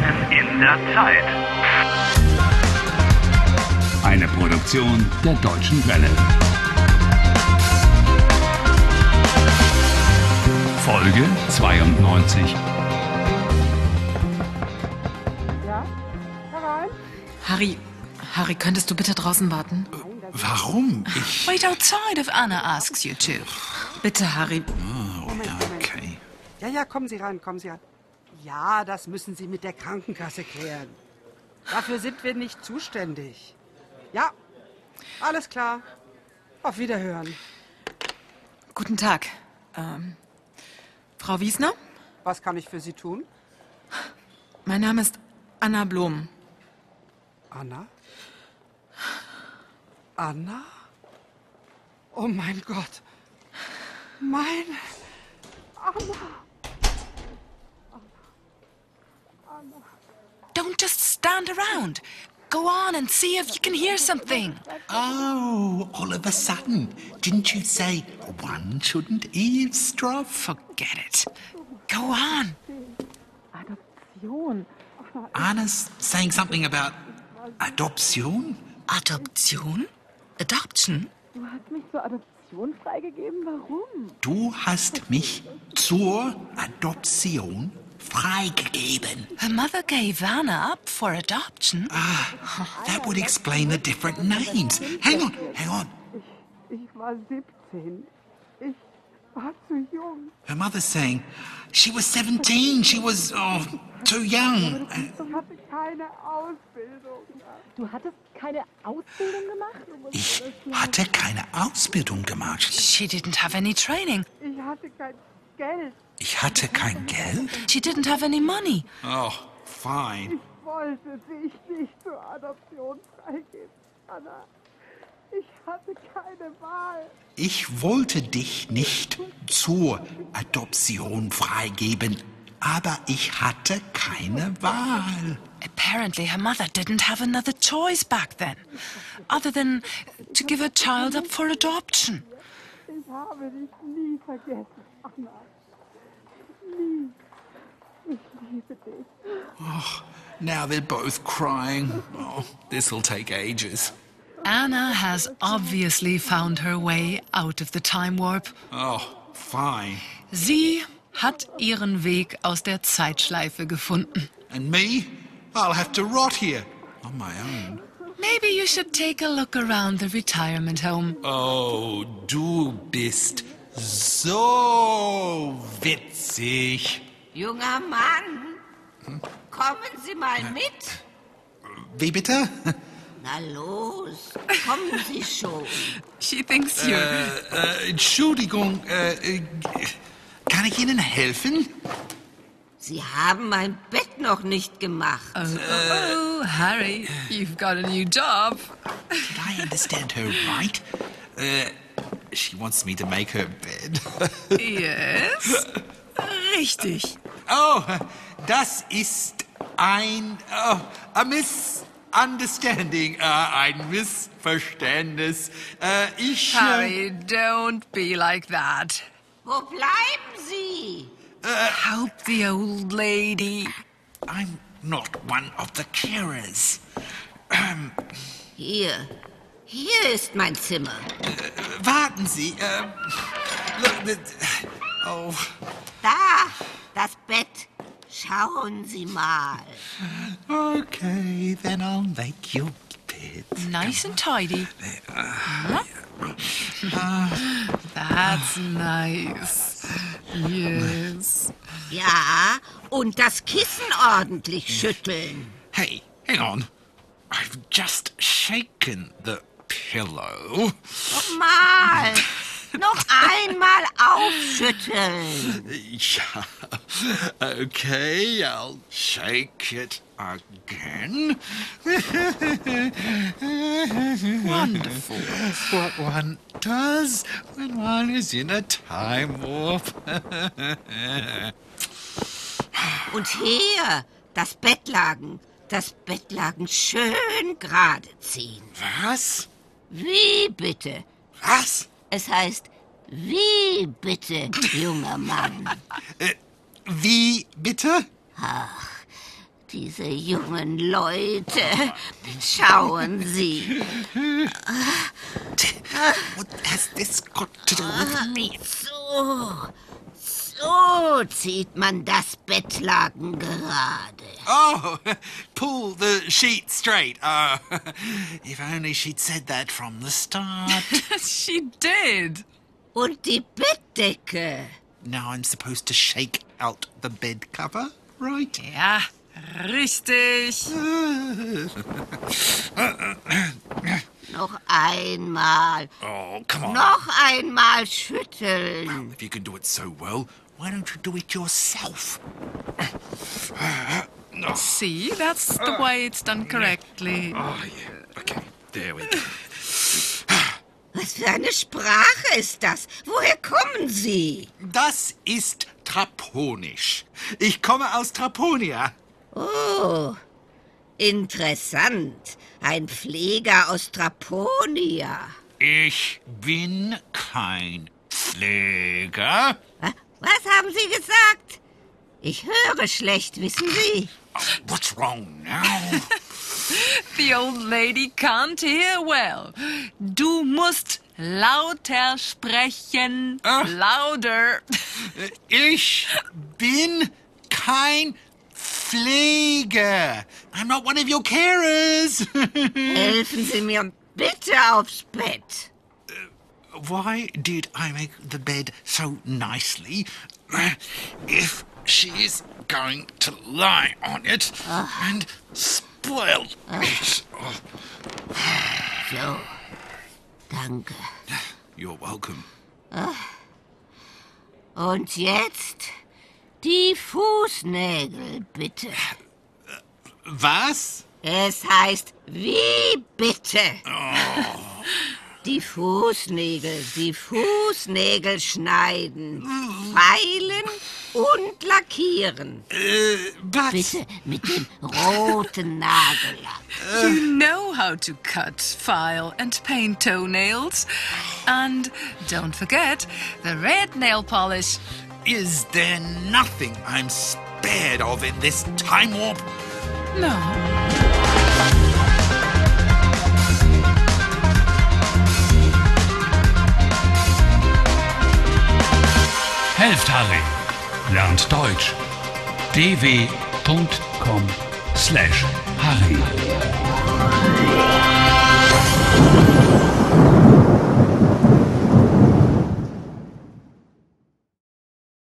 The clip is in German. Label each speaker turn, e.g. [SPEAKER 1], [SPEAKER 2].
[SPEAKER 1] der Zeit.
[SPEAKER 2] Eine Produktion der Deutschen Welle. Folge 92.
[SPEAKER 3] Ja? Herein?
[SPEAKER 4] Harry, Harry, könntest du bitte draußen warten?
[SPEAKER 5] Warum? Ich.
[SPEAKER 6] Wait outside if Anna asks you to.
[SPEAKER 4] Bitte, Harry.
[SPEAKER 5] Okay.
[SPEAKER 3] Ja, ja, kommen Sie ran, kommen Sie ran. Ja, das müssen Sie mit der Krankenkasse klären. Dafür sind wir nicht zuständig. Ja, alles klar. Auf Wiederhören.
[SPEAKER 4] Guten Tag. Ähm, Frau Wiesner,
[SPEAKER 3] Was kann ich für Sie tun?
[SPEAKER 4] mein Name ist Anna Blom.
[SPEAKER 3] Anna? Anna? Oh mein Gott. Mein.
[SPEAKER 6] Don't just stand around. Go on and see if you can hear something.
[SPEAKER 5] Oh, all of a sudden. Didn't you say one shouldn't eavesdrop?
[SPEAKER 6] Forget it. Go on.
[SPEAKER 5] Anna's saying something about Adoption?
[SPEAKER 6] Adoption? Adoption?
[SPEAKER 5] Du hast mich zur Adoption freigegeben.
[SPEAKER 6] Her mother gave Anna up for adoption.
[SPEAKER 5] That would explain the different names. Hang on, hang on.
[SPEAKER 3] Ich war 17. Ich war zu jung.
[SPEAKER 5] Her mother's saying she was 17. She was oh, too young.
[SPEAKER 3] Ich hatte keine Ausbildung.
[SPEAKER 7] Du hattest keine Ausbildung gemacht?
[SPEAKER 5] Ich hatte keine Ausbildung gemacht.
[SPEAKER 6] She didn't have any training.
[SPEAKER 3] Ich hatte kein Geld.
[SPEAKER 5] Ich hatte kein Geld.
[SPEAKER 6] She didn't have any money.
[SPEAKER 5] Oh, fine.
[SPEAKER 3] wollte dich nicht zur Adoption freigeben, Anna. Ich hatte keine Wahl.
[SPEAKER 5] Ich wollte dich nicht zur Adoption freigeben, aber ich hatte keine Wahl.
[SPEAKER 6] Apparently, her mother didn't have another choice back then, other than to give her child up for adoption.
[SPEAKER 3] Ich habe dich nie vergessen, Anna.
[SPEAKER 5] Now they're both crying. Oh, this'll take ages.
[SPEAKER 6] Anna has obviously found her way out of the time warp.
[SPEAKER 5] Oh, fine.
[SPEAKER 6] Sie hat ihren Weg aus der Zeitschleife gefunden.
[SPEAKER 5] And me? I'll have to rot here on my own.
[SPEAKER 6] Maybe you should take a look around the retirement home.
[SPEAKER 5] Oh, du bist so witzig.
[SPEAKER 8] Junger Mann, kommen Sie mal mit.
[SPEAKER 5] Wie bitte?
[SPEAKER 8] Na los, kommen Sie schon.
[SPEAKER 6] She thinks you're.
[SPEAKER 5] Äh, Entschuldigung, äh, äh, kann ich Ihnen helfen?
[SPEAKER 8] Sie haben mein Bett noch nicht gemacht.
[SPEAKER 6] oh, oh, oh, Harry, you've got a new job.
[SPEAKER 5] Did I understand her right? Uh, she wants me to make her bed.
[SPEAKER 6] Yes. Richtig.
[SPEAKER 5] oh, das ist ein oh, a misunderstanding, uh, ein Missverständnis. Uh, ich uh,
[SPEAKER 6] Harry, don't be like that.
[SPEAKER 8] Wo bleiben Sie?
[SPEAKER 6] Help the old lady.
[SPEAKER 5] I'm not one of the carers.
[SPEAKER 8] Hier, hier ist mein Zimmer.
[SPEAKER 5] Warten Sie. Uh, look, the, oh,
[SPEAKER 8] Da, das Bett. Schauen Sie mal.
[SPEAKER 5] okay, then I'll make your bed.
[SPEAKER 6] Nice and tidy. Huh? That's nice. Yes.
[SPEAKER 8] Ja, und das Kissen ordentlich schütteln.
[SPEAKER 5] Hey, hang on. I've just shaken the pillow.
[SPEAKER 8] Mal, noch einmal aufschütteln.
[SPEAKER 5] Yeah. Okay, I'll shake it again. Wonderful. What one does when one is in a time warp.
[SPEAKER 8] Und hier, das Bettlaken. Das Bettlaken schön gerade ziehen.
[SPEAKER 5] Was?
[SPEAKER 8] Wie bitte?
[SPEAKER 5] Was?
[SPEAKER 8] Es heißt, wie bitte, junger Mann?
[SPEAKER 5] Wie bitte?
[SPEAKER 8] Diese jungen Leute. Schauen Sie.
[SPEAKER 5] What has this got to do with
[SPEAKER 8] So. So zieht man das Bettlaken gerade.
[SPEAKER 5] Oh, pull the sheet straight. Oh, if only she'd said that from the start.
[SPEAKER 6] she did.
[SPEAKER 8] Und die Bettdecke.
[SPEAKER 5] now I'm supposed to shake out the bed cover, right?
[SPEAKER 6] Ja, richtig.
[SPEAKER 8] Noch einmal.
[SPEAKER 5] Oh, come on.
[SPEAKER 8] Noch einmal schütteln.
[SPEAKER 5] If you can do it so well, why don't you do it yourself?
[SPEAKER 6] See, that's the way it's done correctly.
[SPEAKER 5] Oh, yeah. Okay, there we go.
[SPEAKER 8] Was für eine Sprache ist das? Woher kommen Sie?
[SPEAKER 5] Das ist Traponisch. Ich komme aus Traponia.
[SPEAKER 8] Oh, interessant. Ein Pfleger aus Traponia.
[SPEAKER 5] Ich bin kein Pfleger.
[SPEAKER 8] Wa- Was haben Sie gesagt? Ich höre schlecht, wissen Sie?
[SPEAKER 5] What's wrong now?
[SPEAKER 6] The old lady can't hear well. Du musst lauter sprechen. Louder.
[SPEAKER 5] Ich bin kein Pfleger. I'm not one of your carers.
[SPEAKER 8] Helfen Sie mir bitte aufs Bett.
[SPEAKER 5] Why did I make the bed so nicely? If she's going to lie on it and spoil it. Oh,
[SPEAKER 8] So, danke.
[SPEAKER 5] you're welcome.
[SPEAKER 8] Und jetzt die Fußnägel, bitte.
[SPEAKER 5] Was?
[SPEAKER 8] Es heißt, wie bitte? Oh. Die Fußnägel, die Fußnägel schneiden, feilen und lackieren.
[SPEAKER 5] Uh, But
[SPEAKER 8] Bitte mit dem roten Nagellack.
[SPEAKER 6] You know how to cut, file, and paint toenails. And don't forget the red nail polish.
[SPEAKER 5] is there nothing I'm spared of in this time warp?
[SPEAKER 6] No.
[SPEAKER 2] Helft Harry. Lernt Deutsch. dw.com/harry.